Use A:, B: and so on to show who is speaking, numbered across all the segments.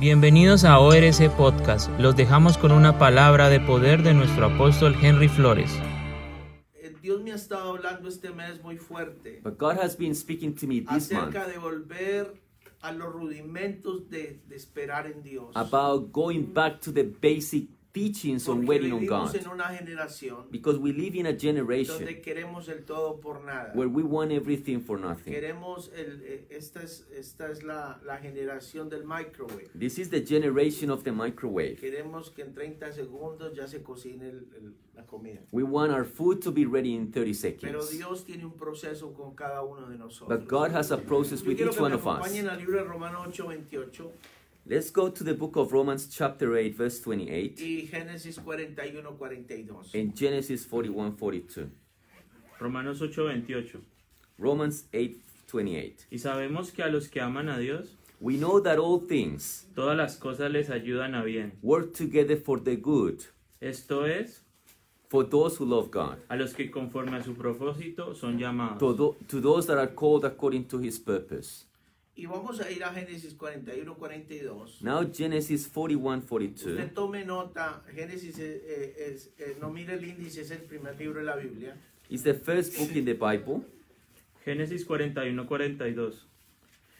A: Bienvenidos a ORC Podcast. Los dejamos con una palabra de poder de nuestro apóstol Henry Flores.
B: eh, Dios me ha estado hablando este mes muy fuerte
C: But God has been speaking to me this month
B: acerca de volver a los rudimentos de, de esperar en Dios.
C: about going back to the basic teachings on
B: Porque
C: waiting on
B: vivimos
C: God.
B: en una generación
C: Because we live in a generation
B: donde queremos el todo por nada.
C: where we want everything for nothing.
B: Queremos el, eh, esta es esta es la, la generación del microwave.
C: This is the generation of the microwave.
B: Queremos que en 30 segundos ya se cocine el- el- la comida.
C: We want our food to be ready in 30
B: Pero
C: seconds.
B: Dios tiene un proceso con cada uno de nosotros.
C: But God has a process
B: Yo
C: with
B: quiero
C: each
B: que me
C: one of us.
B: acompañen al libro de Romanos 8:28
C: Let's go to the book of Romans, chapter 8, verse 28,
B: y Génesis 41:42.
C: and Genesis 41 42.
A: Romanos 8:28.
C: Romans 8 28.
A: Y sabemos que a los que aman a Dios,
C: We know that all things
A: todas las cosas les ayudan a bien.
C: work together for the good,
A: Esto es,
C: for those who love God.
A: a los que conforme a su propósito son
C: to,
A: llamados.
C: tho- to those that are called according to his purpose.
B: Y vamos a ir a Génesis 41, 42.
C: Now Genesis 41 42.
B: Usted tome nota, Génesis, eh, eh, es- eh, no mire el índice, es el primer libro de la Biblia.
C: It's the first book in the Bible.
A: Génesis 41:42.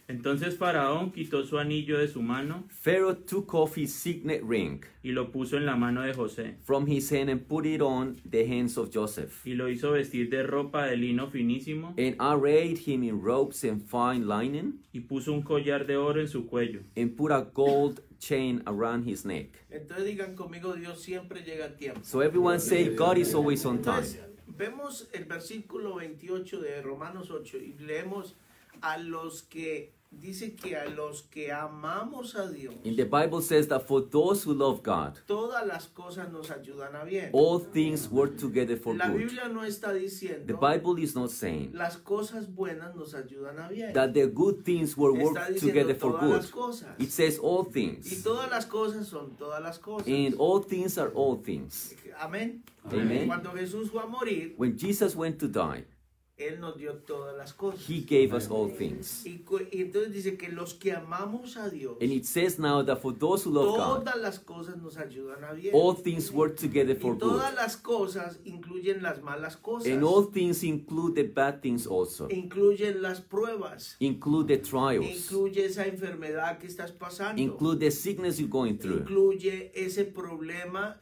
A: Entonces Faraón quitó su anillo de su mano
C: Pharaoh took off his signet ring
A: y lo puso en la mano de José,
C: from his hand and put it on the hands of Joseph,
A: y lo hizo vestir de ropa de lino finísimo,
C: and arrayed him in robes and fine linen,
A: y puso un collar de oro en su cuello.
C: and put a gold chain around his neck.
B: Entonces digan conmigo, Dios siempre llega a tiempo.
C: So everyone say, God is always on time.
B: Entonces, vemos el versículo 28 de Romanos 8 y leemos a los que, dice que a los que amamos a Dios,
C: In the Bible says that for those who love God,
B: todas las cosas nos ayudan a bien.
C: all things work together for
B: La
C: good.
B: Biblia no está
C: The
B: diciendo
C: Bible is not saying
B: las cosas buenas nos ayudan a bien.
C: that the good things were
B: Está
C: worked
B: diciendo
C: together for
B: todas
C: good.
B: las cosas.
C: It says all
B: Y
C: things,
B: todas las cosas son todas las cosas.
C: and all things are all things.
B: Amén.
C: Amén.
B: Cuando Jesús fue a morir,
C: When Jesus went to die,
B: Él nos dio todas las cosas.
C: he gave us all things.
B: Y, cu- y entonces dice que los que amamos a Dios,
C: And it says now that for those who love God,
B: todas las cosas nos ayudan a bien.
C: all things work together for
B: y todas
C: good,
B: las cosas incluyen las malas cosas,
C: and all things include the bad things also,
B: incluyen las pruebas,
C: include the trials,
B: incluye esa enfermedad que estás pasando,
C: include the sickness you're going through.
B: incluye ese problema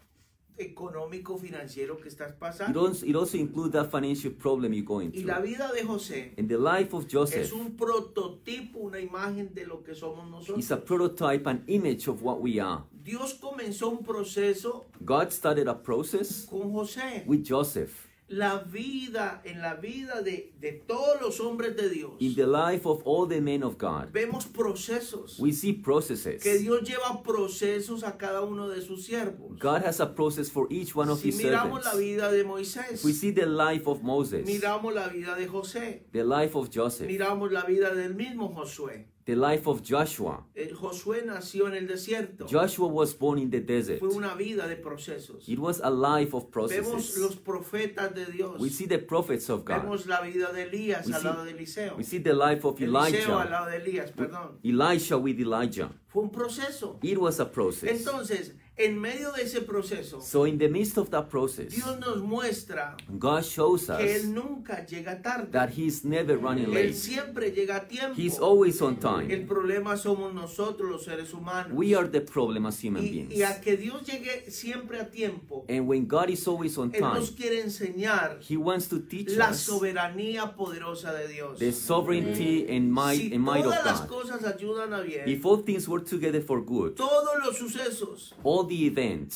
B: económico financiero que estás
C: It
B: pasando.
C: also, it also includes that financial problem you're going
B: Y la
C: through.
B: vida de José
C: And the life of Joseph
B: es un prototipo, una imagen de lo que somos nosotros.
C: is a prototype, an image of what we are.
B: Dios comenzó un proceso
C: God started a process
B: con José.
C: with Joseph.
B: La vida, en la vida de, de todos los hombres de Dios,
C: In the life of all the men of God,
B: vemos procesos.
C: we see
B: Que
C: processes.
B: Dios lleva procesos a cada uno de sus siervos.
C: God has a process for each one of
B: Si
C: his
B: miramos la
C: servants.
B: vida de Moisés,
C: We see the life of Moses,
B: miramos la vida de José,
C: the life of Joseph,
B: miramos la vida del mismo Josué.
C: the life of Joshua.
B: Eh, Josué nació en el desierto.
C: Joshua was born in the desert.
B: Fue una vida de procesos.
C: It was a life of
B: Vemos los
C: processes.
B: profetas de Dios.
C: We see the prophets of God.
B: Vemos la vida de Elías
C: We
B: al
C: see-
B: lado de Eliseo.
C: We see the life of
B: Eliseo al
C: Elijah.
B: lado de Elías, perdón.
C: Elisha with Elijah.
B: Fue un proceso.
C: It was a process.
B: Entonces, en medio de ese proceso,
C: So in the midst of that process,
B: Dios nos muestra
C: God shows
B: que
C: us
B: Él nunca llega tarde.
C: that he's never running
B: Él
C: late.
B: siempre llega a
C: He's
B: tiempo.
C: always on
B: El
C: time.
B: problema somos nosotros los seres humanos.
C: We are the problem as human
B: y, y a
C: beings.
B: que Dios llegue siempre a tiempo,
C: And when God is always on
B: Él
C: time,
B: nos quiere enseñar
C: He wants to teach
B: la
C: us
B: soberanía poderosa de Dios.
C: the sovereignty and might
B: Si
C: and might of
B: todas las
C: God.
B: cosas ayudan a bien,
C: If all things work together for good,
B: todos los sucesos,
C: all the events,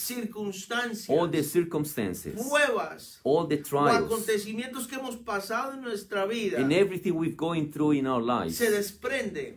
C: all the
B: circunstancias,
C: circumstances,
B: pruebas
C: all the
B: o
C: trials,
B: acontecimientos que hemos pasado en nuestra vida
C: and everything we're going through in our lives,
B: se desprende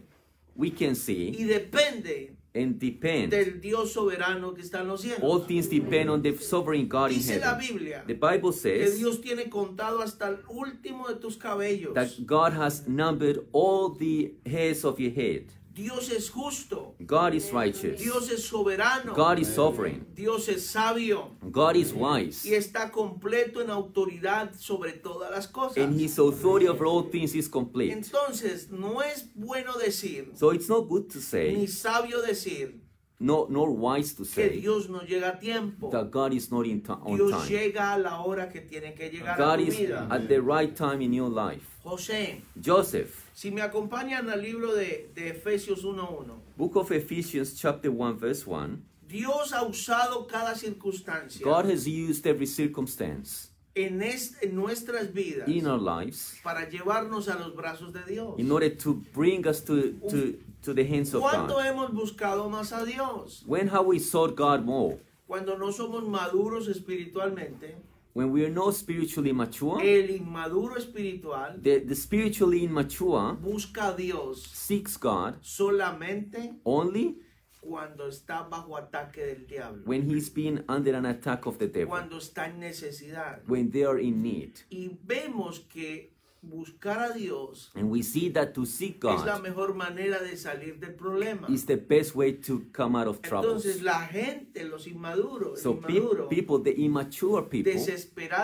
C: we can
B: y
C: see
B: depende
C: and depend.
B: del Dios soberano que está en los
C: All
B: cielos.
C: things depend on the sovereign God in
B: Dice la
C: heaven.
B: Biblia
C: The Bible
B: que
C: says
B: Dios tiene contado hasta el último de tus cabellos.
C: that God has numbered all the hairs of your head.
B: Dios es justo.
C: God is righteous.
B: Dios es soberano.
C: God is sovereign.
B: Dios es sabio
C: God is wise.
B: y está completo en autoridad sobre todas las cosas.
C: And his authority over all things is complete.
B: Entonces, no es bueno decir
C: So it's not good to
B: ni
C: say
B: sabio decir
C: no, nor wise to
B: que
C: say
B: Dios no llega a tiempo.
C: that God is not in ti- on
B: Dios
C: time.
B: llega a la hora que tiene que llegar a
C: God
B: tu
C: is
B: vida.
C: at the right time in your life.
B: José,
C: Joseph,
B: si me acompañan al libro de, de Efesios 1.1,
C: book of Ephesians, chapter 1, verse 1.
B: Dios ha usado cada circunstancia
C: God has used every circumstance
B: en, es- en nuestras vidas
C: in our lives
B: para llevarnos a los brazos de Dios.
C: in order to bring us to, to, to the hands of
B: ¿Cuánto
C: God.
B: hemos buscado más a Dios?
C: When have we sought God more?
B: Cuando no somos maduros espiritualmente,
C: When we are not spiritually mature,
B: el inmaduro espiritual
C: the, the spiritually immature
B: busca a Dios
C: seeks God
B: solamente
C: only
B: cuando está bajo ataque del diablo,
C: when he's been under an attack of the devil,
B: cuando está en necesidad.
C: when they are in need.
B: Y vemos que buscar a Dios
C: And we see that to seek
B: es la
C: God
B: mejor manera de salir del problema.
C: is the best way to come out of trouble.
B: Entonces la gente, los inmaduros,
C: So
B: el
C: pe-
B: inmaduro,
C: people, the immature people,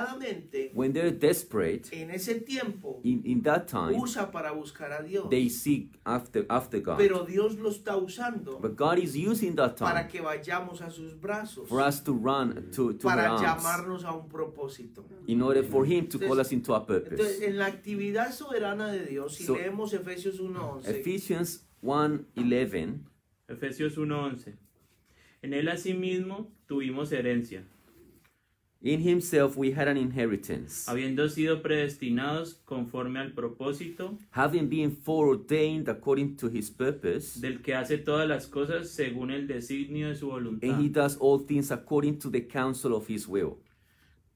B: desesperadamente
C: when they're desperate,
B: en ese tiempo
C: in, in that time,
B: usa para buscar a Dios.
C: they seek after after God.
B: Pero Dios lo está usando
C: But God is using that
B: para
C: time
B: que vayamos a sus brazos,
C: for us to run to, to her
B: para
C: arms
B: llamarnos a un propósito.
C: in order for Him to call
B: Entonces-
C: us into a
B: Entonces,
C: purpose.
B: en la actividad soberana de Dios, si
C: So-
B: leemos Efesios 1.11,
C: Ephesians 1.11
A: Efesios 1:11. En él asimismo tuvimos herencia,
C: In Himself we had an inheritance,
A: habiendo sido predestinados conforme al propósito
C: having been foreordained according to His purpose,
A: del que hace todas las cosas según el designio de su voluntad.
C: and He does all things according to the counsel of His will.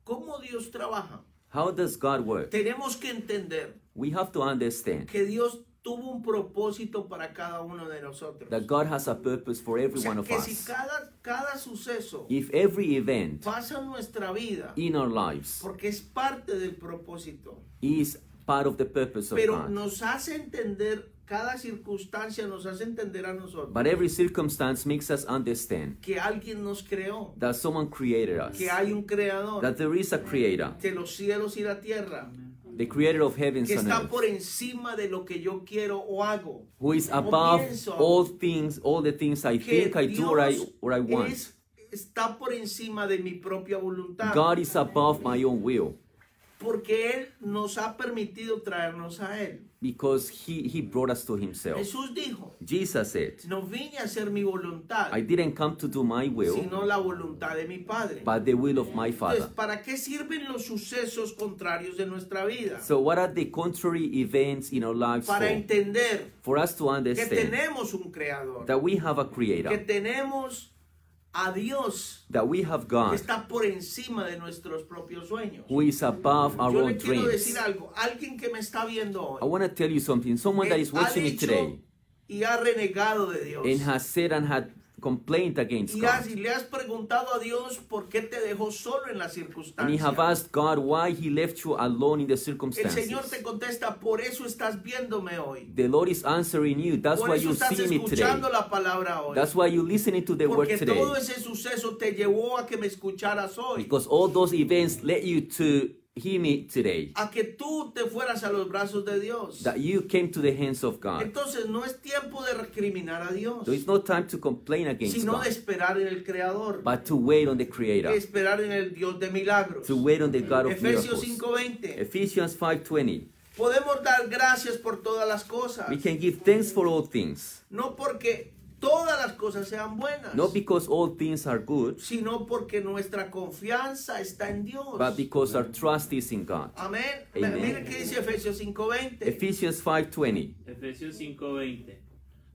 B: ¿cómo Dios trabaja?
C: How does God work?
B: Tenemos que entender
C: We have to understand
B: que Dios tuvo un propósito para cada uno de nosotros.
C: that God has a purpose for
B: O
C: every
B: sea,
C: one of
B: que si
C: us.
B: cada, cada suceso
C: If every event
B: pasa en nuestra vida,
C: in our lives
B: porque es parte del propósito,
C: is part of the purpose of
B: pero
C: God.
B: nos hace entender, cada circunstancia nos hace entender a nosotros
C: But every circumstance makes us understand
B: que alguien nos creó,
C: that someone created us,
B: que hay un creador
C: that there is a creator,
B: de los cielos y la tierra,
C: the creator of heavens
B: que
C: and
B: está por
C: earth,
B: encima de lo que yo quiero o hago,
C: who is
B: o
C: above
B: pienso.
C: all things, all the things I
B: que
C: think I do or I,
B: Dios
C: or I want.
B: es- está por encima de mi propia voluntad,
C: God is above my own will
B: porque Él nos ha permitido traernos a Él.
C: because he, he brought us to himself.
B: Jesús dijo,
C: Jesus said,
B: no vine a hacer mi voluntad,
C: I didn't come to do my will,
B: sino la voluntad de mi Padre.
C: but the will of my
B: Entonces,
C: Father.
B: ¿para qué sirven los sucesos contrarios de nuestra vida?
C: So, what are the contrary events in our lives
B: Para
C: for?
B: entender
C: For us to
B: que
C: understand
B: tenemos un creador,
C: that we have a
B: que
C: creator,
B: tenemos a Dios
C: that we have
B: que
C: God,
B: está por encima de nuestros propios sueños.
C: who is above our
B: Yo le
C: own
B: quiero
C: dreams.
B: decir algo, alguien que me está viendo
C: I
B: hoy,
C: want to tell you something. Someone that
B: que
C: is watching
B: ha
C: me
B: dicho
C: today
B: y ha renegado de Dios.
C: and has said and had complained against
B: Y, has-
C: God,
B: y le has preguntado a Dios por qué te dejó solo en la
C: and you
B: circunstancia.
C: have asked God why He left you alone in the
B: El Señor
C: circumstances.
B: te contesta, por eso estás viéndome hoy.
C: The Lord is answering you. That's
B: Por
C: why
B: eso
C: you
B: estás
C: see me today.
B: escuchando la palabra hoy.
C: That's why you're listening to the word
B: Porque
C: today.
B: todo ese suceso te llevó a que me escucharas hoy.
C: Because all those events led you to hear me today.
B: A que tú te fueras a los brazos de Dios.
C: That you came to the hands of God.
B: Entonces no es tiempo de recriminar a Dios,
C: So it's no time to complain against
B: sino de
C: God,
B: esperar en el Creador,
C: but to wait on the
B: de
C: Creator,
B: esperar en el Dios de milagros.
C: to wait on the God of
B: Efesios
C: miracles.
B: 5:20.
C: Ephesians 5:20.
B: Podemos dar gracias por todas las cosas,
C: We can give thanks for all things.
B: no porque todas las cosas sean buenas,
C: Not because all things are good,
B: sino porque nuestra confianza está en Dios.
C: but because our trust is in God.
B: Amén.
C: Amen.
B: Miren qué dice Efesios 5:20.
C: Ephesians 5:20.
A: Efesios 5:20.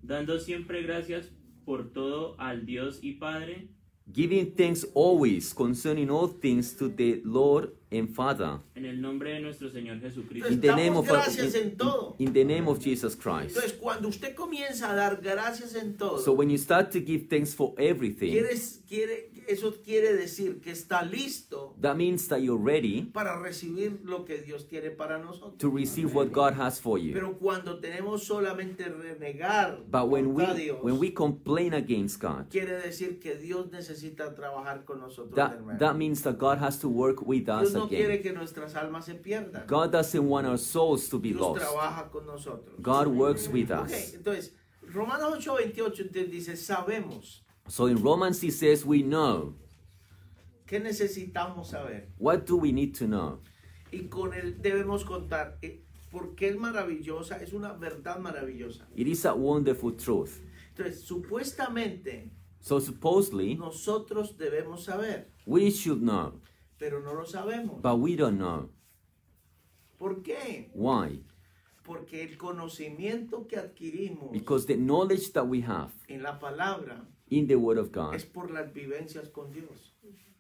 A: Dando siempre gracias por todo al Dios y Padre,
C: Giving thanks always concerning all things to the Lord and Father
A: en el nombre de nuestro Señor Jesucristo.
C: in the name
B: Damos
C: of
B: gracias
C: in-
B: en todo.
C: in the name of Jesus Christ.
B: Entonces, cuando usted comienza a dar gracias en todo,
C: So when you start to give thanks for everything,
B: quieres- quiere- eso quiere decir que está listo
C: that means that you're ready
B: para recibir lo que Dios tiene para nosotros.
C: to receive what God has for you.
B: Pero cuando tenemos solamente renegar
C: But when we
B: contra Dios,
C: when we complain against God,
B: quiere decir que Dios necesita trabajar con nosotros. hermano.
C: that that means that God has to work with
B: Dios
C: us
B: no
C: again.
B: quiere que nuestras almas se pierdan.
C: God doesn't want our souls to be
B: Dios
C: lost.
B: trabaja con nosotros.
C: God works with
B: Ok,
C: us.
B: entonces, Romanos 8:28 te dice, sabemos
C: So in Romans, he says, We know.
B: ¿Qué necesitamos saber?
C: What do we need to know?
B: Y con él debemos contar eh, porque es maravillosa, es una verdad maravillosa.
C: It is a wonderful truth.
B: Entonces, supuestamente
C: So supposedly,
B: nosotros debemos saber,
C: we should know,
B: pero no lo sabemos.
C: but we don't know.
B: ¿Por qué?
C: Why?
B: Porque el conocimiento que adquirimos
C: Because the knowledge that we have
B: en la palabra
C: in the Word of God
B: es por las vivencias con Dios.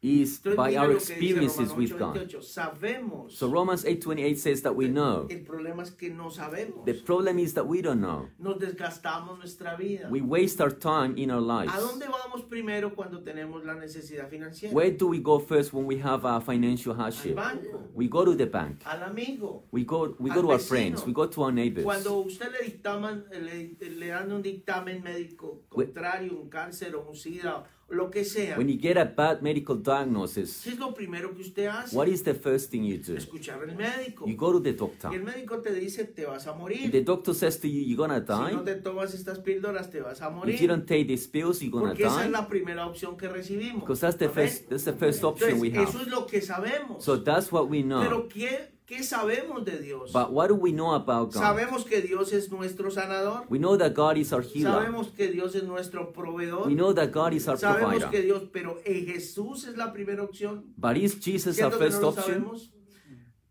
C: is
B: Entonces,
C: Ah. by
B: mira
C: our
B: lo que dice
C: experiences
B: Romanos
C: with God.
B: 8:28. Sabemos.
C: So Romans 8:28 says that we know.
B: El problema es que no sabemos.
C: The problem is that we don't know.
B: Nos desgastamos nuestra vida.
C: We waste our time in our lives.
B: ¿A dónde vamos primero cuando tenemos la necesidad financiera?
C: Where do we go first when we have a financial
B: Al
C: hardship?
B: banco,
C: We go to the bank.
B: al amigo.
C: We go we
B: Al
C: go to our
B: vecino.
C: friends. We go to our neighbors.
B: Cuando usted le dictaman, le, le dan un dictamen médico contrario, un cáncer o un sida, lo que sea,
C: When you get a bad medical diagnosis,
B: ¿qué es lo primero que usted hace?
C: what is the first thing you do?
B: Escuchar al médico.
C: You go to the
B: Y el
C: doctor.
B: médico te dice, te vas a
C: If the
B: morir.
C: doctor says to you, you're gonna
B: Si no
C: die.
B: te tomas estas píldoras, te vas a
C: If you
B: morir.
C: don't take these pills, you're gonna
B: Porque esa es
C: die.
B: la primera opción que recibimos.
C: Because that's the
B: Amén.
C: first that's the first option we
B: Entonces, eso
C: have.
B: es lo que sabemos.
C: So that's what we know.
B: Pero ¿qué, qué sabemos de Dios?
C: But what do we know about God?
B: Sabemos que Dios es nuestro sanador.
C: We know that God is our healer.
B: Sabemos que Dios es nuestro proveedor.
C: We know that God is our
B: Sabemos que
C: provider.
B: Dios, pero eh, Jesús es la primera opción.
C: But is Jesus
B: ¿Qué es
C: our
B: lo que
C: first
B: no lo
C: option?
B: sabemos?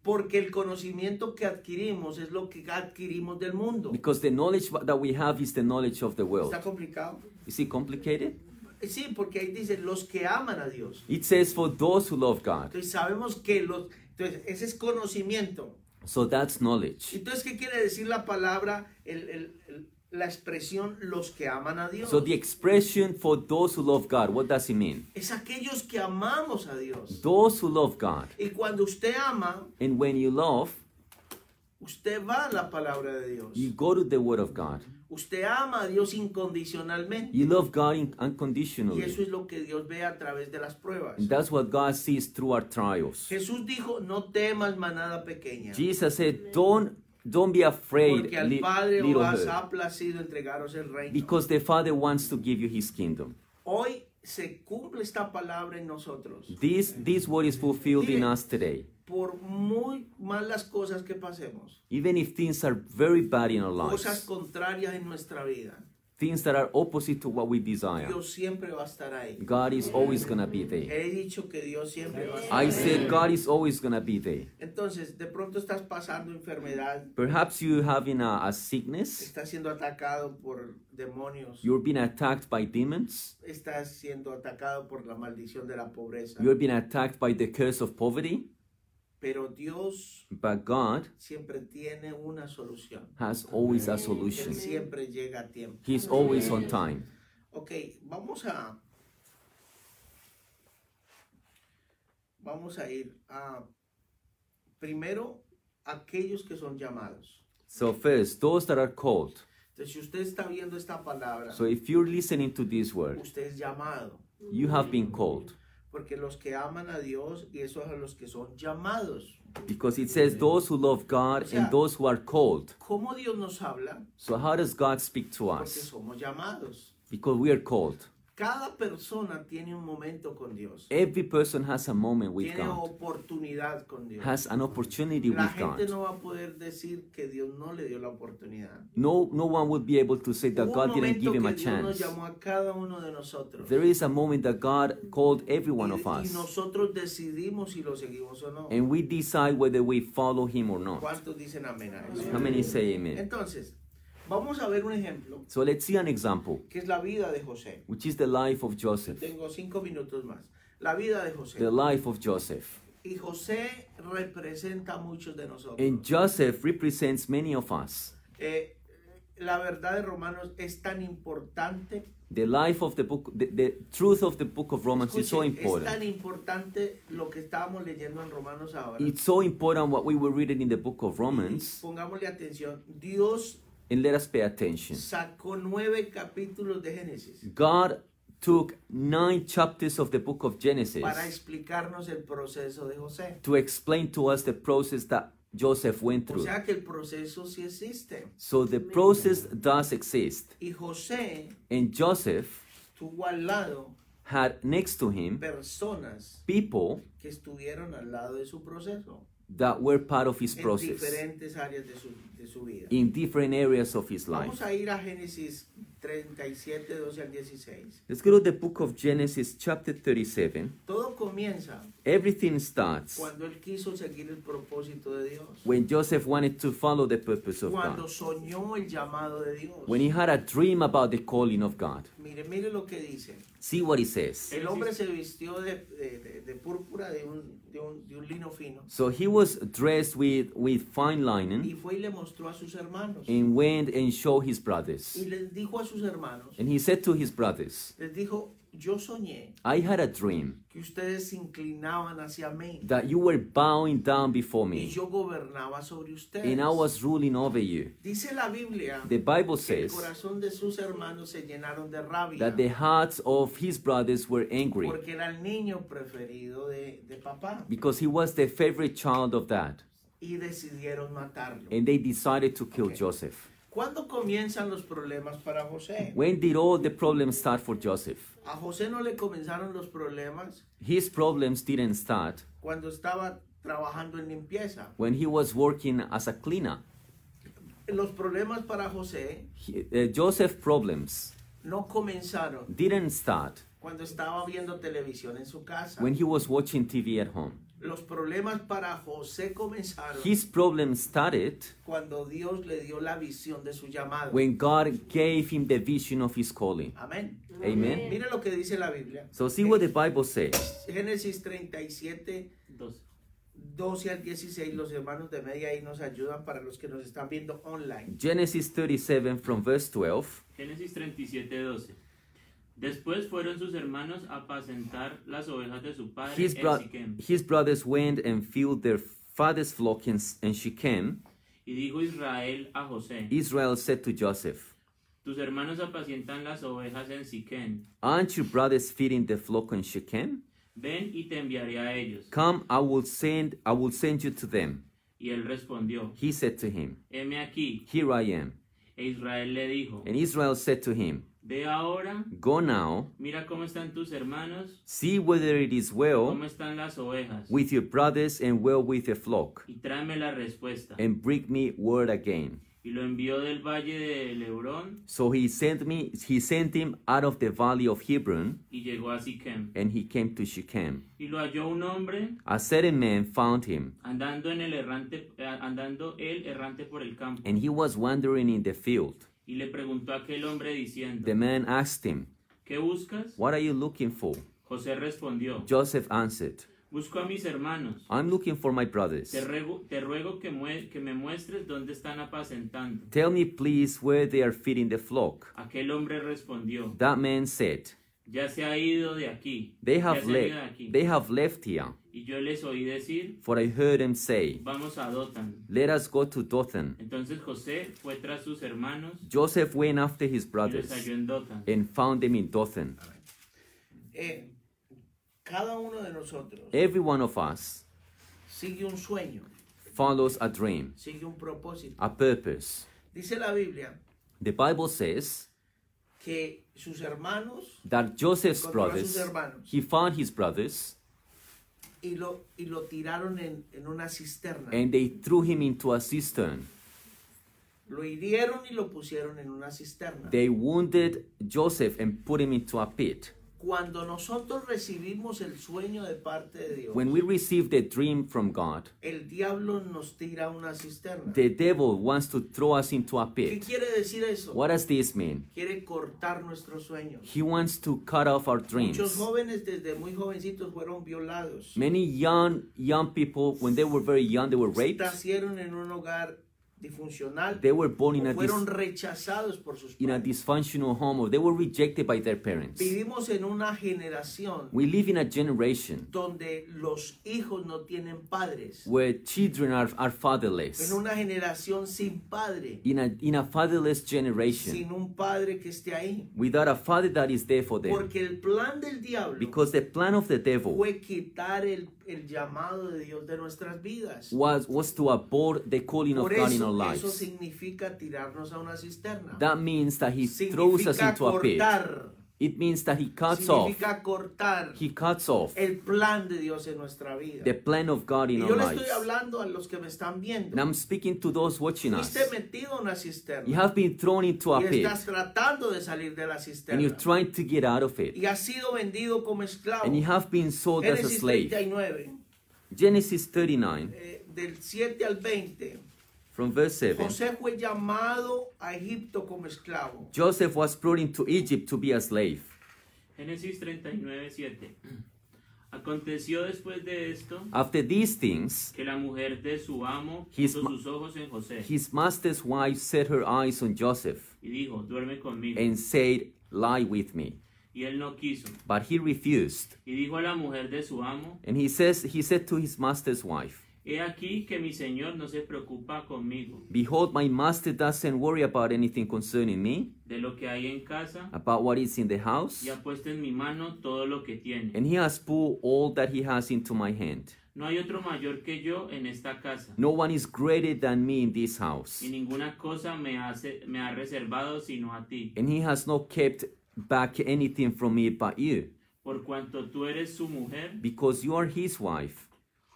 B: Porque el conocimiento que adquirimos es lo que adquirimos del mundo.
C: Because the knowledge that we have is the knowledge of the world.
B: Está complicado.
C: Is it complicated?
B: Eh, Sí, porque ahí dice los que aman a Dios.
C: It says for those who love God.
B: Entonces sabemos que los. Entonces, ese es conocimiento.
C: So that's knowledge.
B: Entonces, ¿qué quiere decir la palabra, el- el- el- la expresión los que aman a Dios?
C: So the expression for those who love God, what does it mean?
B: es aquellos que amamos a Dios.
C: Those who love God.
B: Y cuando usted ama,
C: And when you love,
B: usted va a la palabra de Dios.
C: you go to the Word of God.
B: Usted ama a Dios incondicionalmente.
C: You love God in-
B: Y eso
C: unconditionally.
B: es lo que Dios ve a través de las pruebas.
C: And that's what God sees through our trials.
B: Jesús dijo, no temas manada pequeña,
C: Jesus said, Don't don't be afraid,
B: porque al
C: li-
B: Padre
C: little
B: os
C: herd,
B: ha placido entregaros el reino.
C: because the Father wants to give you his kingdom.
B: Hoy se cumple esta palabra en nosotros.
C: This this word is fulfilled in us today.
B: Por muy malas cosas que pasemos,
C: Even if things are very bad in our
B: cosas
C: lives,
B: contrarias en nuestra vida,
C: things that are opposite to what we desire,
B: Dios siempre va a estar ahí.
C: God is always going to be there.
B: He dicho que Dios siempre va a estar
C: I
B: ahí.
C: said, God is always going to be there.
B: Entonces, de pronto estás pasando enfermedad,
C: Perhaps you're having a, a sickness,
B: estás siendo atacado por demonios,
C: you're being attacked by demons,
B: estás siendo atacado por la maldición de la pobreza.
C: you're being attacked by the curse of poverty,
B: Pero Dios
C: but God
B: siempre tiene una solución.
C: has always a
B: Él
C: solution.
B: siempre llega a tiempo.
C: He's always on time.
B: Ok, vamos a. Vamos a ir a. Primero, aquellos que son llamados.
C: So, first, those that are called.
B: Entonces, si usted está viendo esta palabra,
C: So, if you're listening to this word,
B: usted es llamado.
C: you have been called.
B: Porque los que aman a Dios y esos son los que son llamados.
C: Because it says, those who love God and those who are called.
B: ¿Cómo Dios nos habla?
C: So, how does God speak to
B: Porque
C: us?
B: somos llamados.
C: Because we are called.
B: Cada persona tiene un momento con Dios.
C: Every person has a moment Eh, with
B: Tiene
C: God,
B: oportunidad con Dios.
C: has an opportunity
B: La
C: with
B: gente
C: God.
B: no va a poder decir que Dios no le dio la oportunidad.
C: No, no one would be able to say that
B: Hubo
C: God
B: un momento
C: didn't give him
B: que
C: a
B: Dios nos
C: chance.
B: llamó a cada uno de nosotros.
C: There is a moment that God called every one
B: y,
C: of
B: y
C: us,
B: nosotros decidimos si lo seguimos o no.
C: and we decide whether we follow Him or not.
B: ¿Cuántos dicen amén a eso?
C: How many say Amen?
B: Entonces, vamos a ver un ejemplo
C: So let's see an example,
B: que es la vida de José.
C: which is the life of Joseph.
B: Tengo cinco minutos más. La vida de José.
C: The life of Joseph.
B: Y José representa a muchos de nosotros.
C: And Joseph represents many of us.
B: Eh, la verdad de Romanos es tan importante
C: The life of the book, the, the truth of the book of Romans is so
B: Escuche, es
C: important.
B: tan importante lo que estábamos leyendo en Romanos ahora.
C: It's so important what we were reading in the book of Romans,
B: Pongámosle atención. Dios
C: and let us pay attention.
B: sacó nueve capítulos de Génesis
C: God took nine chapters of the book of
B: para
C: Genesis
B: explicarnos el proceso de José.
C: to explain to us the process that Joseph went
B: O
C: through.
B: sea que el proceso sí existe.
C: So the process does exist.
B: Y José
C: And Joseph
B: tuvo al lado
C: had next to him
B: personas
C: people
B: que estuvieron al lado de su proceso
C: that were part of his
B: en
C: process
B: diferentes áreas de su, de su vida.
C: in different areas of his
B: Vamos
C: life.
B: a ir a Génesis 37, 12 al 16.
C: Let's go to the book of Genesis, chapter 37.
B: Todo comienza
C: Everything starts
B: cuando él quiso seguir el propósito de Dios,
C: when Joseph wanted to follow the purpose of
B: cuando
C: God,
B: soñó el llamado de Dios.
C: when he had a dream about the calling of God.
B: Mire, mire lo que dice.
C: See what he says.
B: El hombre se vistió de, de- de- de púrpura, de un, de, un, de un lino fino,
C: So he was dressed with, with fine
B: y
C: linen
B: fue y le mostró a sus hermanos.
C: and went and showed his
B: Y
C: brothers.
B: les dijo a sus hermanos,
C: And he said to his brothers,
B: les dijo, yo soñé
C: I had a dream
B: que ustedes se inclinaban hacia mí
C: that you were bowing down before
B: y
C: me
B: yo gobernaba sobre ustedes.
C: and I was ruling over you.
B: Dice la Biblia
C: The Bible
B: que el
C: says
B: corazón de sus hermanos se llenaron de rabia
C: that the hearts of his brothers were angry
B: porque era el niño preferido de, de papá
C: because he was the favorite child of dad
B: y decidieron matarlo.
C: and they decided to kill Joseph.
B: ¿Cuándo comienzan los problemas para José?
C: When did all the problems start for Joseph?
B: A José no le comenzaron los problemas
C: His problems didn't start
B: cuando estaba trabajando en limpieza.
C: when he was working as a cleaner.
B: Los problemas para José
C: He- uh, Joseph's problems
B: no comenzaron
C: didn't start
B: cuando estaba viendo televisión en su casa.
C: when he was watching TV at home.
B: Los problemas para José comenzaron
C: His problems started
B: cuando Dios le dio la visión de su llamado.
C: when God gave him the vision of his calling.
B: Amén.
C: Amen.
B: Mire lo que dice la Biblia.
C: So see what the Bible says.
B: Génesis 37,
A: 12.
B: 12 al 16. Los hermanos de media ahí nos ayudan para los que nos están viendo online.
C: Genesis 37 from verse 12.
A: Génesis 37, 12. Después fueron sus hermanos a apacentar las ovejas de su padre
C: His, bro-
A: en Siquem.
C: his brothers went and filled their father's flock in, S- in Shechem.
A: Y dijo Israel a José,
C: Israel said to Joseph,
A: tus hermanos apacientan las ovejas en Siquem.
C: Aren't your brothers feeding the flock in Shechem?
A: Ven y te enviaré a ellos.
C: Come, I will send I will send you to them.
A: Y él respondió,
C: He said to him,
A: heme aquí.
C: Here I am.
A: E Israel le dijo,
C: And Israel said to him,
A: ve ahora,
C: Go now,
A: mira cómo están tus hermanos,
C: see whether it is well
A: cómo están las ovejas,
C: with your brothers and well with the flock,
A: y tráeme la respuesta.
C: and bring me word again.
A: Y lo envió del valle de Hebrón
C: So he sent me he sent him out of the valley of Hebron,
A: y llegó a Siquem.
C: and he came to Shechem.
A: Y lo halló un hombre
C: A certain man found him,
A: andando en el errante, eh, andando él errante por el campo.
C: and he was wandering in the field.
A: Y le preguntó a aquel hombre diciendo,
C: The man asked him,
A: ¿qué buscas?
C: What are you looking for?
A: José respondió,
C: Joseph answered,
A: busco a mis hermanos.
C: I'm looking for my brothers.
A: Te ruego, te ruego que, mue- que me muestres dónde están apacentando.
C: Tell me, please, where they are feeding the flock.
A: Aquel hombre respondió,
C: That man said,
A: ya se ha ido de aquí,
C: They
A: ya
C: have
A: se ha ido de
C: left.
A: aquí.
C: They have left here.
A: Y yo les oí decir,
C: For I heard him say,
A: vamos a Dotan.
C: Let us go to Dothan.
A: Entonces José fue tras sus hermanos
C: Joseph went after his
A: y los
C: brothers
A: halló en Dotan.
C: and found them in Dothan.
B: Eh, cada uno de nosotros
C: Every one of us
B: sigue un sueño,
C: follows a dream,
B: sigue un propósito.
C: a purpose.
B: Dice la Biblia
C: The Bible says
B: que sus hermanos
C: that Joseph's
B: Encontró a sus
C: brothers,
B: hermanos.
C: he found his brothers
B: y lo, y lo tiraron en, en una cisterna.
C: and they threw him into a cistern.
B: Lo hirieron y lo pusieron en una cisterna.
C: They wounded Joseph and put him into a pit.
B: Cuando nosotros recibimos el sueño de parte de Dios,
C: When we receive the dream from God,
B: el diablo nos tira a una cisterna.
C: the devil wants to throw us into a
B: ¿Qué
C: pit.
B: quiere decir eso?
C: What does this mean?
B: Quiere cortar nuestros sueños.
C: He wants to cut off our
B: Muchos
C: dreams.
B: jóvenes desde muy jovencitos fueron violados.
C: Many young young people, when they were very young, they were raped.
B: Nacieron en un hogar disfuncional.
C: They were born in
B: o
C: a dis-
B: fueron rechazados por sus
C: in a
B: padres.
C: dysfunctional home, or they were rejected by their parents.
B: Vivimos en una generación
C: We live in a generation
B: donde los hijos no tienen padres.
C: where children are, are fatherless.
B: En una generación sin padre,
C: In a in a fatherless generation,
B: sin un padre que esté ahí.
C: without a father that is there for them.
B: Porque el plan del diablo
C: Because the plan of the devil
B: fue quitar el, el llamado de Dios de nuestras vidas.
C: was was to abort the calling of
B: Por
C: God in our
B: eso, eso
C: lives.
B: significa tirarnos a una cisterna.
C: That means that he throws us
B: Significa
C: into a pit.
B: cortar
C: It means that he cuts off.
B: significa cortar
C: He cuts off
B: el plan de Dios en nuestra vida.
C: the plan of God
B: Y
C: in our
B: yo le estoy
C: lives.
B: hablando a los que me están viendo.
C: And I'm speaking to those watching us.
B: Fuiste metido en una
C: You
B: cisterna
C: have been thrown into a
B: y
C: pit
B: estás tratando de salir de la
C: and you're
B: cisterna
C: trying to get out of it.
B: y has sido vendido como esclavo.
C: And you have been sold as a
B: Génesis
C: slave.
B: 39,
C: Genesis 39,
B: eh, del 7 al 20.
C: from verse 7.
B: José fue llamado a Egipto como esclavo.
C: Joseph was brought into Egypt to be a slave.
A: Génesis 39, 7. Aconteció después de esto
C: After these things,
A: que la mujer de su amo
C: His
A: puso
C: ma-
A: sus ojos en José
C: his master's wife set her eyes on Joseph
A: y dijo, duerme conmigo.
C: and said, Lie with me.
A: Y él no quiso.
C: But he refused.
A: Y dijo a la mujer de su amo,
C: And he says he said to his master's wife,
A: he aquí que mi señor no se preocupa conmigo
C: Behold, my master doesn't worry about anything concerning me,
A: de lo que hay en casa
C: about what is in the house,
A: y ha puesto en mi mano todo lo que tiene.
C: and he has put all that he has into my hand.
A: No hay otro mayor que yo en esta casa.
C: No one is greater than me in this house,
A: y ninguna cosa me, hace, me ha reservado sino a ti,
C: and he has not kept back anything from me but you,
A: por cuanto tú eres su mujer.
C: because you are his wife.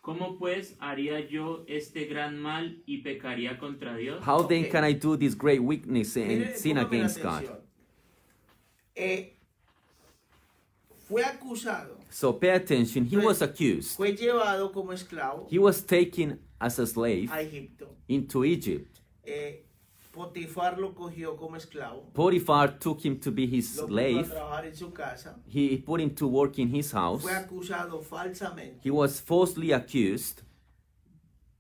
A: ¿Cómo pues haría yo este gran mal y pecaría contra Dios?
C: How then
B: Okay.
C: can I do this great weakness and
B: Mire,
C: Eh, sin
B: póngame la
C: against God?
B: atención. Eh, fue acusado,
C: So pay attention. He
B: Pues-
C: was accused.
B: fue llevado como esclavo
C: He was taken as a slave
B: a Egipto.
C: into Egypt.
B: Eh, Potifar lo cogió como esclavo.
C: Potiphar took him to be his
B: Lo puso a
C: slave.
B: trabajar en su casa.
C: He he put him to work in his house.
B: Fue acusado falsamente
C: He was falsely accused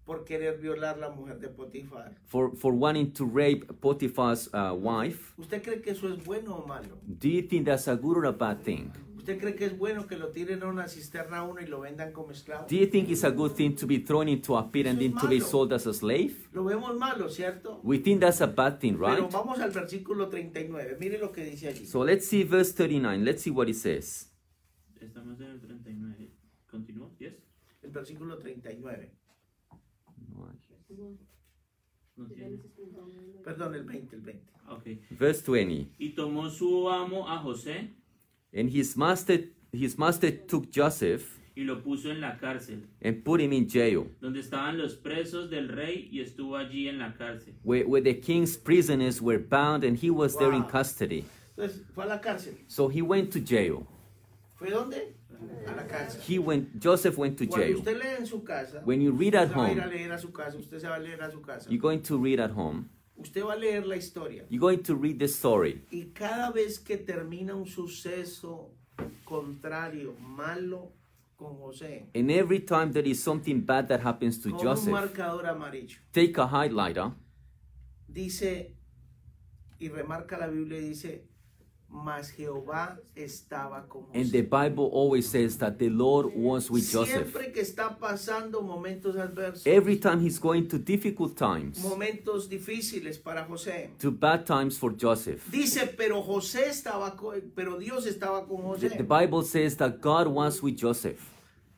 B: por querer violar la mujer de Potifar.
C: for, for wanting to rape Potiphar's uh, wife.
B: ¿Usted cree que eso es bueno o malo?
C: Do you think that's a good or a bad thing?
B: ¿Usted cree que es bueno que lo tiren a una cisterna a uno y lo vendan como esclavo?
C: Do you think it's a good thing to be thrown into a pit and then to be sold as a slave?
B: Lo vemos malo, ¿cierto?
C: We think that's a bad thing,
B: Pero
C: right?
B: vamos al versículo 39. Mire lo que dice allí.
C: So let's see verse 39. Let's see what it says.
A: Estamos en el 39. ¿Continúo? ¿Yes?
B: El versículo 39.
A: ¿No tiene?
B: Perdón, el 20, el 20.
A: Ah, Ok.
C: Verse 20.
A: Y tomó su amo a José
C: And his master his master took Joseph
A: y lo puso en la cárcel,
C: and put him in jail,
A: donde estaban los presos del rey y estuvo allí en la cárcel.
C: where, where the king's prisoners were bound and he was there in
B: Wow.
C: custody.
B: Entonces, fue a la cárcel.
C: So he went to jail.
B: ¿Fue dónde? A la cárcel.
C: He went Joseph went to
B: Cuando
C: jail.
B: usted lee en su casa,
C: When you read at
B: usted va a ir a
C: home,
B: leer a su casa, usted se va a leer a su casa.
C: you're going to read at home.
B: Usted va a leer la historia.
C: You're going to read the story.
B: Y cada vez que termina un suceso contrario, malo con José,
C: And every time there is something bad that happens to
B: con un
C: Joseph,
B: marcador amarillo,
C: take a highlighter
B: dice y remarca la Biblia y dice, mas Jehová estaba con
C: and the
B: José.
C: Bible always says that the Lord was with Joseph.
B: Siempre que está pasando momentos adversos,
C: Every time he's going to difficult times,
B: momentos difíciles para José.
C: to bad times for Joseph.
B: Dice, pero José estaba, co- pero Dios estaba con
C: The, the
B: José.
C: Bible says that God was with Joseph.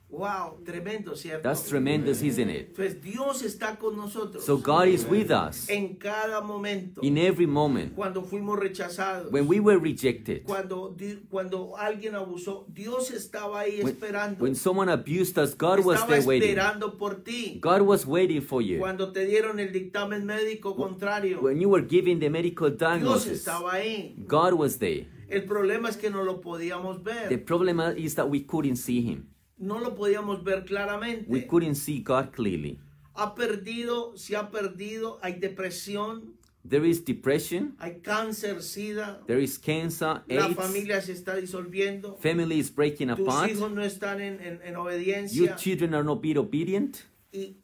B: Wow, tremendo, ¿cierto?
C: That's tremendous, isn't it?
B: Entonces Dios está con nosotros
C: So God is with us
B: en cada momento.
C: in every moment.
B: Cuando fuimos rechazados,
C: When we were rejected,
B: cuando, di- cuando alguien abusó, Dios estaba ahí
C: when,
B: esperando.
C: when someone abused us, God was
B: estaba
C: there waiting.
B: esperando por ti.
C: God was waiting for you.
B: Cuando te dieron el dictamen médico contrario,
C: When you were given the medical
B: Dios
C: diagnosis,
B: estaba ahí.
C: God was there.
B: El problema es que no lo podíamos
C: The
B: ver.
C: problem is that we couldn't see Him.
B: No lo podíamos ver
C: We
B: claramente.
C: couldn't see God clearly.
B: Ha perdido, se ha perdido, hay depresión,
C: There is depression,
B: hay cáncer, sida,
C: there is cancer,
B: la
C: AIDS,
B: familia se está disolviendo,
C: family is breaking
B: tus
C: apart,
B: hijos no están en, en- en
C: your
B: obediencia
C: children are not being obedient.
B: y,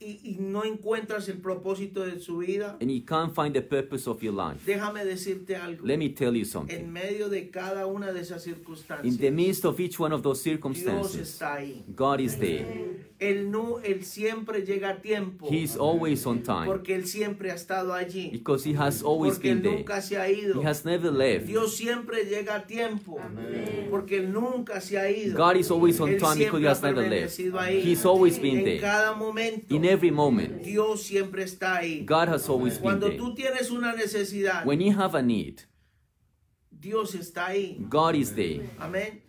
B: y- y no encuentras el propósito de su vida.
C: and you can't find the purpose of your life.
B: Déjame decirte algo.
C: Let me tell you
B: En
C: something.
B: medio de cada una de esas
C: In the
B: circunstancias,
C: midst of each one of those
B: Dios
C: circumstances,
B: está ahí.
C: God is there.
B: Él no, él siempre llega a tiempo.
C: He is always on time
B: Porque él siempre ha estado allí.
C: because He has always
B: Porque
C: been
B: él
C: there.
B: nunca se ha ido.
C: He has never left.
B: Dios siempre llega a tiempo. Porque él nunca se ha ido.
C: God is always on
B: Él
C: time because He
B: siempre ha
C: has never left.
B: permanecido ahí.
C: He's always been
B: En
C: there.
B: cada momento,
C: In every moment,
B: Dios siempre está ahí.
C: God has always been
B: Cuando
C: there.
B: tú tienes una necesidad,
C: When you have a need,
B: Dios está ahí.
C: God is there.
B: Amén.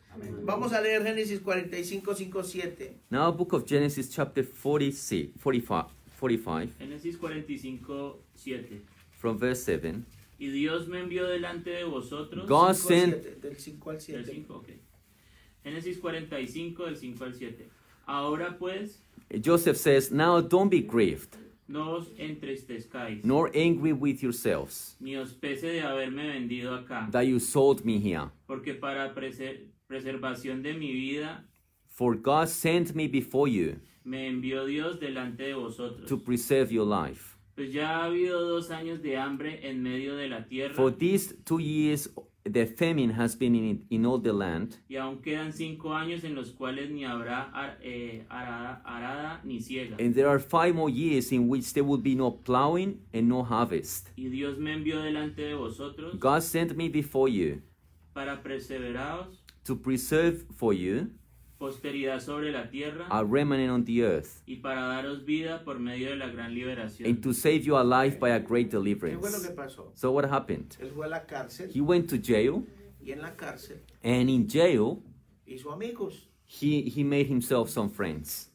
B: Vamos a leer Génesis 45, 5, 7.
C: Now, book of Genesis, chapter 46, 45, 45,
A: Génesis 45, 7.
C: from verse 7.
A: Y Dios me envió delante de vosotros.
C: God-
B: Cinco al
C: sent-
B: siete, Del 5 al
A: Del
B: 7.
A: 5, ok. Génesis 45, del 5 al 7. Ahora pues,
C: Joseph says, Now don't be grieved,
A: no os entristezcáis,
C: nor angry with yourselves
A: ni os pese de haberme vendido acá,
C: that you sold me here.
A: porque para preser- preservación de mi vida
C: For God sent me before you
A: me envió Dios delante de vosotros.
C: to preserve your life.
A: Pues ya ha habido dos años de hambre en medio de la tierra,
C: For these two years, the famine has been in, in all the land,
A: y aún quedan cinco años en los cuales ni habrá ar- eh, arada, arada ni ciega.
C: and there are five more years in which there will be no plowing and no harvest.
A: Y Dios me envió delante de vosotros
C: God sent me before you
A: para perseveraros,
C: to preserve for you
A: posteridad sobre la tierra,
C: a remnant on the earth,
A: y para daros vida por medio de la gran liberación.
C: and to save you alive by a great
B: ¿Qué fue lo que
C: deliverance.
B: pasó?
C: So, what happened?
B: Él fue a la cárcel
C: He went to jail,
B: y en la cárcel
C: and in jail,
B: hizo amigos.
C: he, he made himself some friends.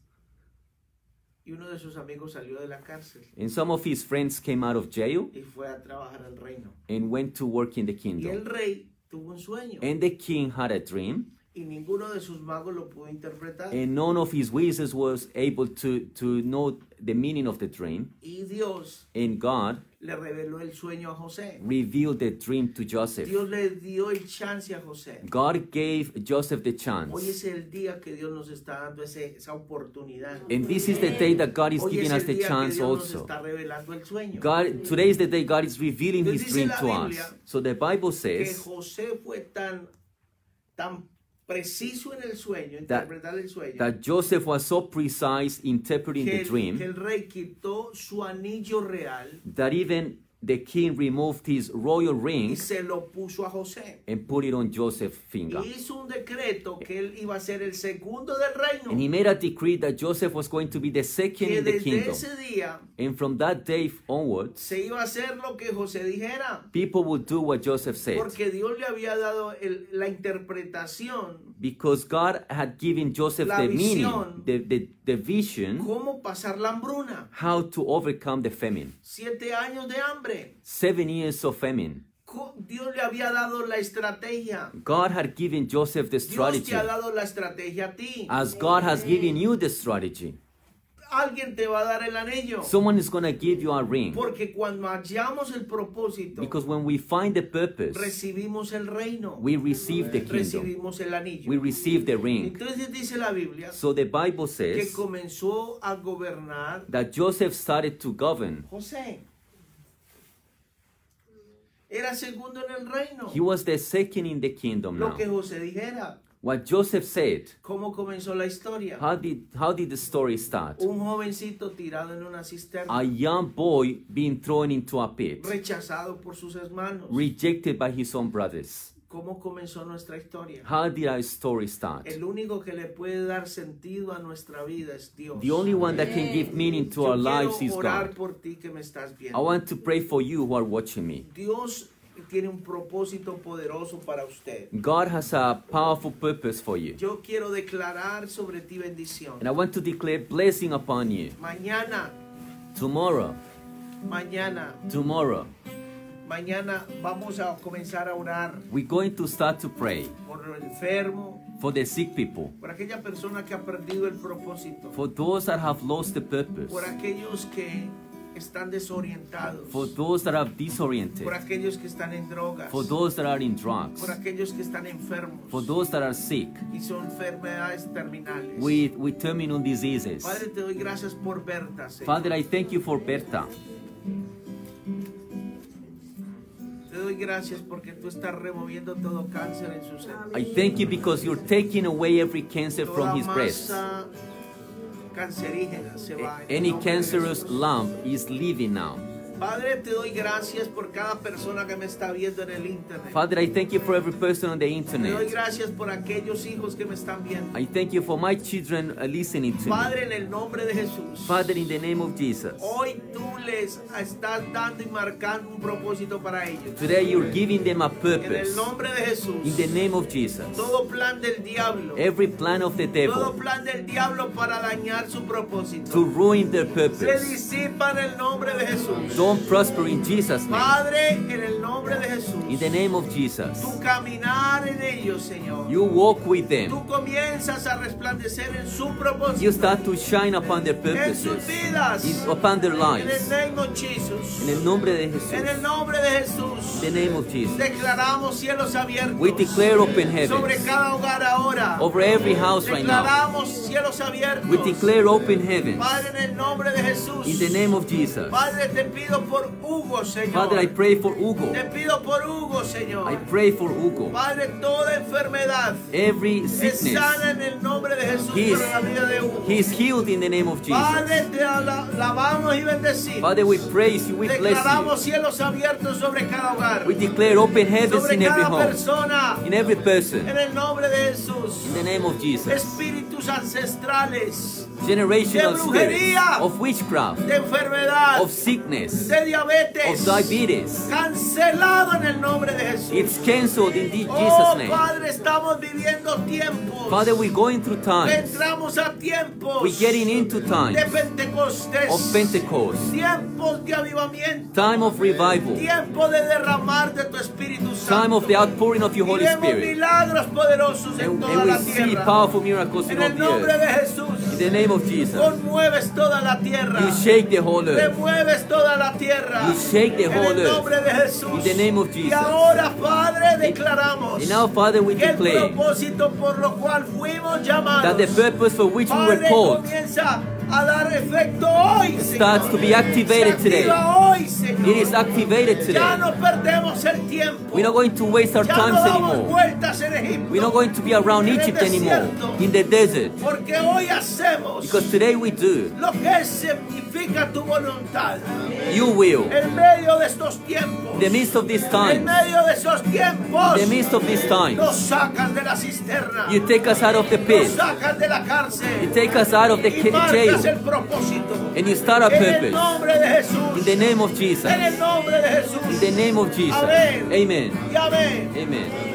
B: Y uno de sus amigos salió de la cárcel
C: And some of his friends came out of jail
B: y fue a trabajar al reino.
C: and went to work in the
B: Y
C: kingdom.
B: el rey tuvo un sueño
C: And the king had a dream,
B: y ninguno de sus magos lo pudo interpretar.
C: and none of his wizards was able to, to know the meaning of the dream.
B: Y Dios
C: And God
B: le reveló el sueño a José.
C: revealed the dream to Joseph.
B: Dios le dio el chance a José.
C: God gave Joseph the
B: Hoy
C: chance.
B: es el día que Dios nos está dando ese- esa oportunidad.
C: And this is the day that God is
B: Hoy
C: giving
B: es
C: us
B: el
C: the
B: día que Dios
C: chance
B: nos
C: also.
B: está revelando el sueño.
C: este God, today is the day God is revealing
B: Entonces
C: his
B: dice
C: dream
B: la
C: to us.
B: Biblia
C: So the Bible
B: Que
C: says
B: José fue tan, tan preciso en el sueño,
C: That-
B: interpretar el sueño,
C: that Joseph was so precise interpreting
B: que
C: the
B: el, que
C: dream
B: el rey quitó su anillo real
C: that even the king removed his royal
B: y
C: ring
B: se lo puso a José.
C: and put it on Joseph's
B: Y
C: finger.
B: hizo un decreto que él iba a ser el segundo del reino.
C: And he made a decree that Joseph was going to be the second
B: que
C: in the
B: desde
C: kingdom.
B: ese día
C: And from that day onwards,
B: se iba a hacer lo que José dijera.
C: people would do what Joseph said.
B: Porque Dios le había dado el- la interpretación,
C: Because God had given Joseph
B: La
C: the meaning,
B: visión.
C: the, the, the vision,
B: cómo pasar la hambruna.
C: how to overcome the famine.
B: Siete años de hambre.
C: Seven years of famine.
B: Co- Dios le había dado la estrategia.
C: God had given Joseph the
B: Dios
C: strategy.
B: te ha dado la estrategia a ti.
C: As God has given you the strategy,
B: Alguien te va a dar el anillo.
C: someone is going to give you a ring.
B: Porque cuando hallamos el propósito,
C: Because when we find the purpose,
B: recibimos el reino,
C: we receive the kingdom,
B: recibimos el anillo.
C: we receive the ring.
B: Entonces dice la Biblia
C: So the Bible
B: que
C: says
B: comenzó a gobernar
C: that Joseph started to govern.
B: José. Era segundo en el reino.
C: He was the second in the kingdom
B: Lo
C: now.
B: que José dijera.
C: What Joseph said,
B: ¿Cómo comenzó la historia?
C: how did, how did the story start?
B: Un jovencito tirado en una cisterna,
C: A young boy being thrown into a pit,
B: rechazado por sus hermanos.
C: rejected by his own brothers.
B: ¿Cómo comenzó nuestra historia?
C: How did our story start?
B: El único que le puede dar sentido a nuestra vida es Dios.
C: The only one that can give meaning to
B: Yo
C: our lives is
B: quiero orar
C: God.
B: por ti que me estás
C: I
B: viendo.
C: want to pray for you who are watching me.
B: Dios tiene un propósito poderoso para usted.
C: God has a powerful purpose for you.
B: Yo quiero declarar sobre ti bendición.
C: And I want to declare blessing upon you.
B: Mañana,
C: Tomorrow,
B: mañana,
C: tomorrow,
B: mañana vamos a comenzar a orar
C: we're going to start to pray
B: por lo enfermo,
C: for the sick people,
B: por aquella persona que ha perdido el propósito,
C: for those that have lost the purpose,
B: por aquellos que están desorientados,
C: for those that are disoriented,
B: por aquellos que están en drogas,
C: for those that are in drugs,
B: por aquellos que están enfermos
C: for those that are sick
B: y son enfermedades terminales.
C: with, with terminal diseases.
B: Padre, te doy gracias por Berta, Señor.
C: Father, I thank you for Berta.
B: te doy gracias porque tú estás removiendo todo cáncer en su ser.
C: I thank you because you're taking away every cancer
B: Toda
C: from his breast.
B: masa cancerígena se va. en el
C: Any
B: nombre de
C: cancerous
B: Jesús.
C: lump is leaving now.
B: Padre, te doy gracias por cada persona que me está viendo en el internet.
C: Father, I thank you for every person on the
B: Te doy
C: internet.
B: gracias por aquellos hijos que me están viendo.
C: I thank you for my children uh, listening to me.
B: Padre, en el nombre de Jesús.
C: Father, in the name of Jesus,
B: Hoy tú les estás dando y marcando un propósito para ellos.
C: today you're giving them a
B: En el
C: purpose.
B: nombre de Jesús.
C: In the name of Jesus,
B: Todo plan del diablo.
C: every plan of the
B: Todo
C: devil
B: plan del diablo para dañar su
C: to
B: propósito.
C: ruin their
B: Se
C: purpose
B: disipa en el nombre de Jesús.
C: don't prosper in Jesus' name.
B: Padre, en el nombre de
C: In
B: Jesús.
C: the name of Jesus,
B: Tu caminar en ellos, Señor.
C: you walk with them.
B: Tú comienzas a resplandecer en su
C: You
B: propósito.
C: start to shine upon their
B: En sus
C: purposes,
B: vidas.
C: in- upon their
B: En el
C: lives.
B: name of Jesus.
C: En el nombre de Jesús.
B: En el
C: In
B: nombre de Jesús.
C: the name of Jesus.
B: Declaramos cielos abiertos.
C: We declare open
B: sobre
C: heavens
B: cada hogar ahora.
C: over every house right now.
B: Declaramos cielos abiertos.
C: We declare open heavens
B: Padre, en el nombre de Jesús.
C: in the name of Jesus.
B: Padre, te pido por Hugo, Señor.
C: Father, I pray for Hugo.
B: Te pido por Hugo, Señor.
C: I pray for Hugo.
B: Padre, toda enfermedad
C: Every
B: es sana
C: sickness,
B: en el nombre de Jesús
C: He is-
B: por la vida de Hugo.
C: he is healed in the name of Jesus.
B: Padre, te ala- alabamos y bendecimos.
C: Father, we praise you, we
B: Declaramos
C: bless
B: cielos abiertos sobre cada hogar,
C: you. We declare open heavens
B: sobre
C: in every
B: cada
C: home,
B: persona,
C: in every person,
B: en el nombre de Jesús.
C: in the name of Jesus.
B: Espíritus ancestrales,
C: Generational
B: De
C: spirits
B: brujería.
C: of witchcraft,
B: de enfermedad,
C: of sickness,
B: de
C: of
B: diabetes,
C: diabetes.
B: cancelado en el nombre de Jesús.
C: It's canceled in the-
B: oh
C: Jesus' name.
B: Padre, estamos viviendo tiempos.
C: Father, we're going through times.
B: entramos a tiempos
C: We're getting into
B: de
C: times
B: Pentecostés,
C: of Pentecost,
B: tiempos de avivamiento,
C: time of revival,
B: tiempo de derramar de tu Espíritu Santo.
C: time of the outpouring of your
B: Y
C: Holy
B: vemos
C: Spirit.
B: milagros poderosos en
C: And,
B: toda
C: and
B: la
C: we see
B: tierra.
C: powerful miracles in
B: en
C: all
B: el
C: the
B: nombre
C: earth.
B: de Jesús,
C: In the name of Jesus,
B: conmueves toda la tierra.
C: you shake the whole earth.
B: Remueves toda la tierra.
C: You shake the whole
B: en el
C: earth.
B: nombre de Jesús.
C: In the name of
B: Y
C: Jesus.
B: ahora, Padre, declaramos
C: And now, Father, we
B: que el
C: declare
B: propósito por lo cual fuimos llamados
C: that the purpose for which we were
B: Padre,
C: called
B: comienza a dar efecto hoy,
C: starts
B: Señor.
C: to be activated
B: Se activa
C: today.
B: hoy, Señor.
C: it is activated
B: Ya
C: today.
B: no perdemos el tiempo.
C: We're not going to waste our
B: ya no
C: times
B: damos
C: anymore.
B: vueltas en Egipto.
C: We're not going to be around
B: En el
C: Egypt anymore,
B: desierto.
C: in the desert,
B: Porque hoy hacemos
C: because today we do.
B: lo que significa tu voluntad.
C: You will.
B: En medio de estos tiempos.
C: In the midst of these
B: en
C: times,
B: medio de esos tiempos.
C: in the midst of these times,
B: nos sacas de la cisterna.
C: you take us out of the
B: nos
C: pit.
B: sacas de la cárcel.
C: You take us out of the
B: y
C: ca-
B: marcas el
C: jail
B: propósito.
C: and you start our
B: en el
C: purpose.
B: nombre de Jesús.
C: In the name of Jesus.
B: en el nombre de Jesús.
C: In the name of Jesus.
B: Amén.
C: Amen.
B: y amén.
C: Amen.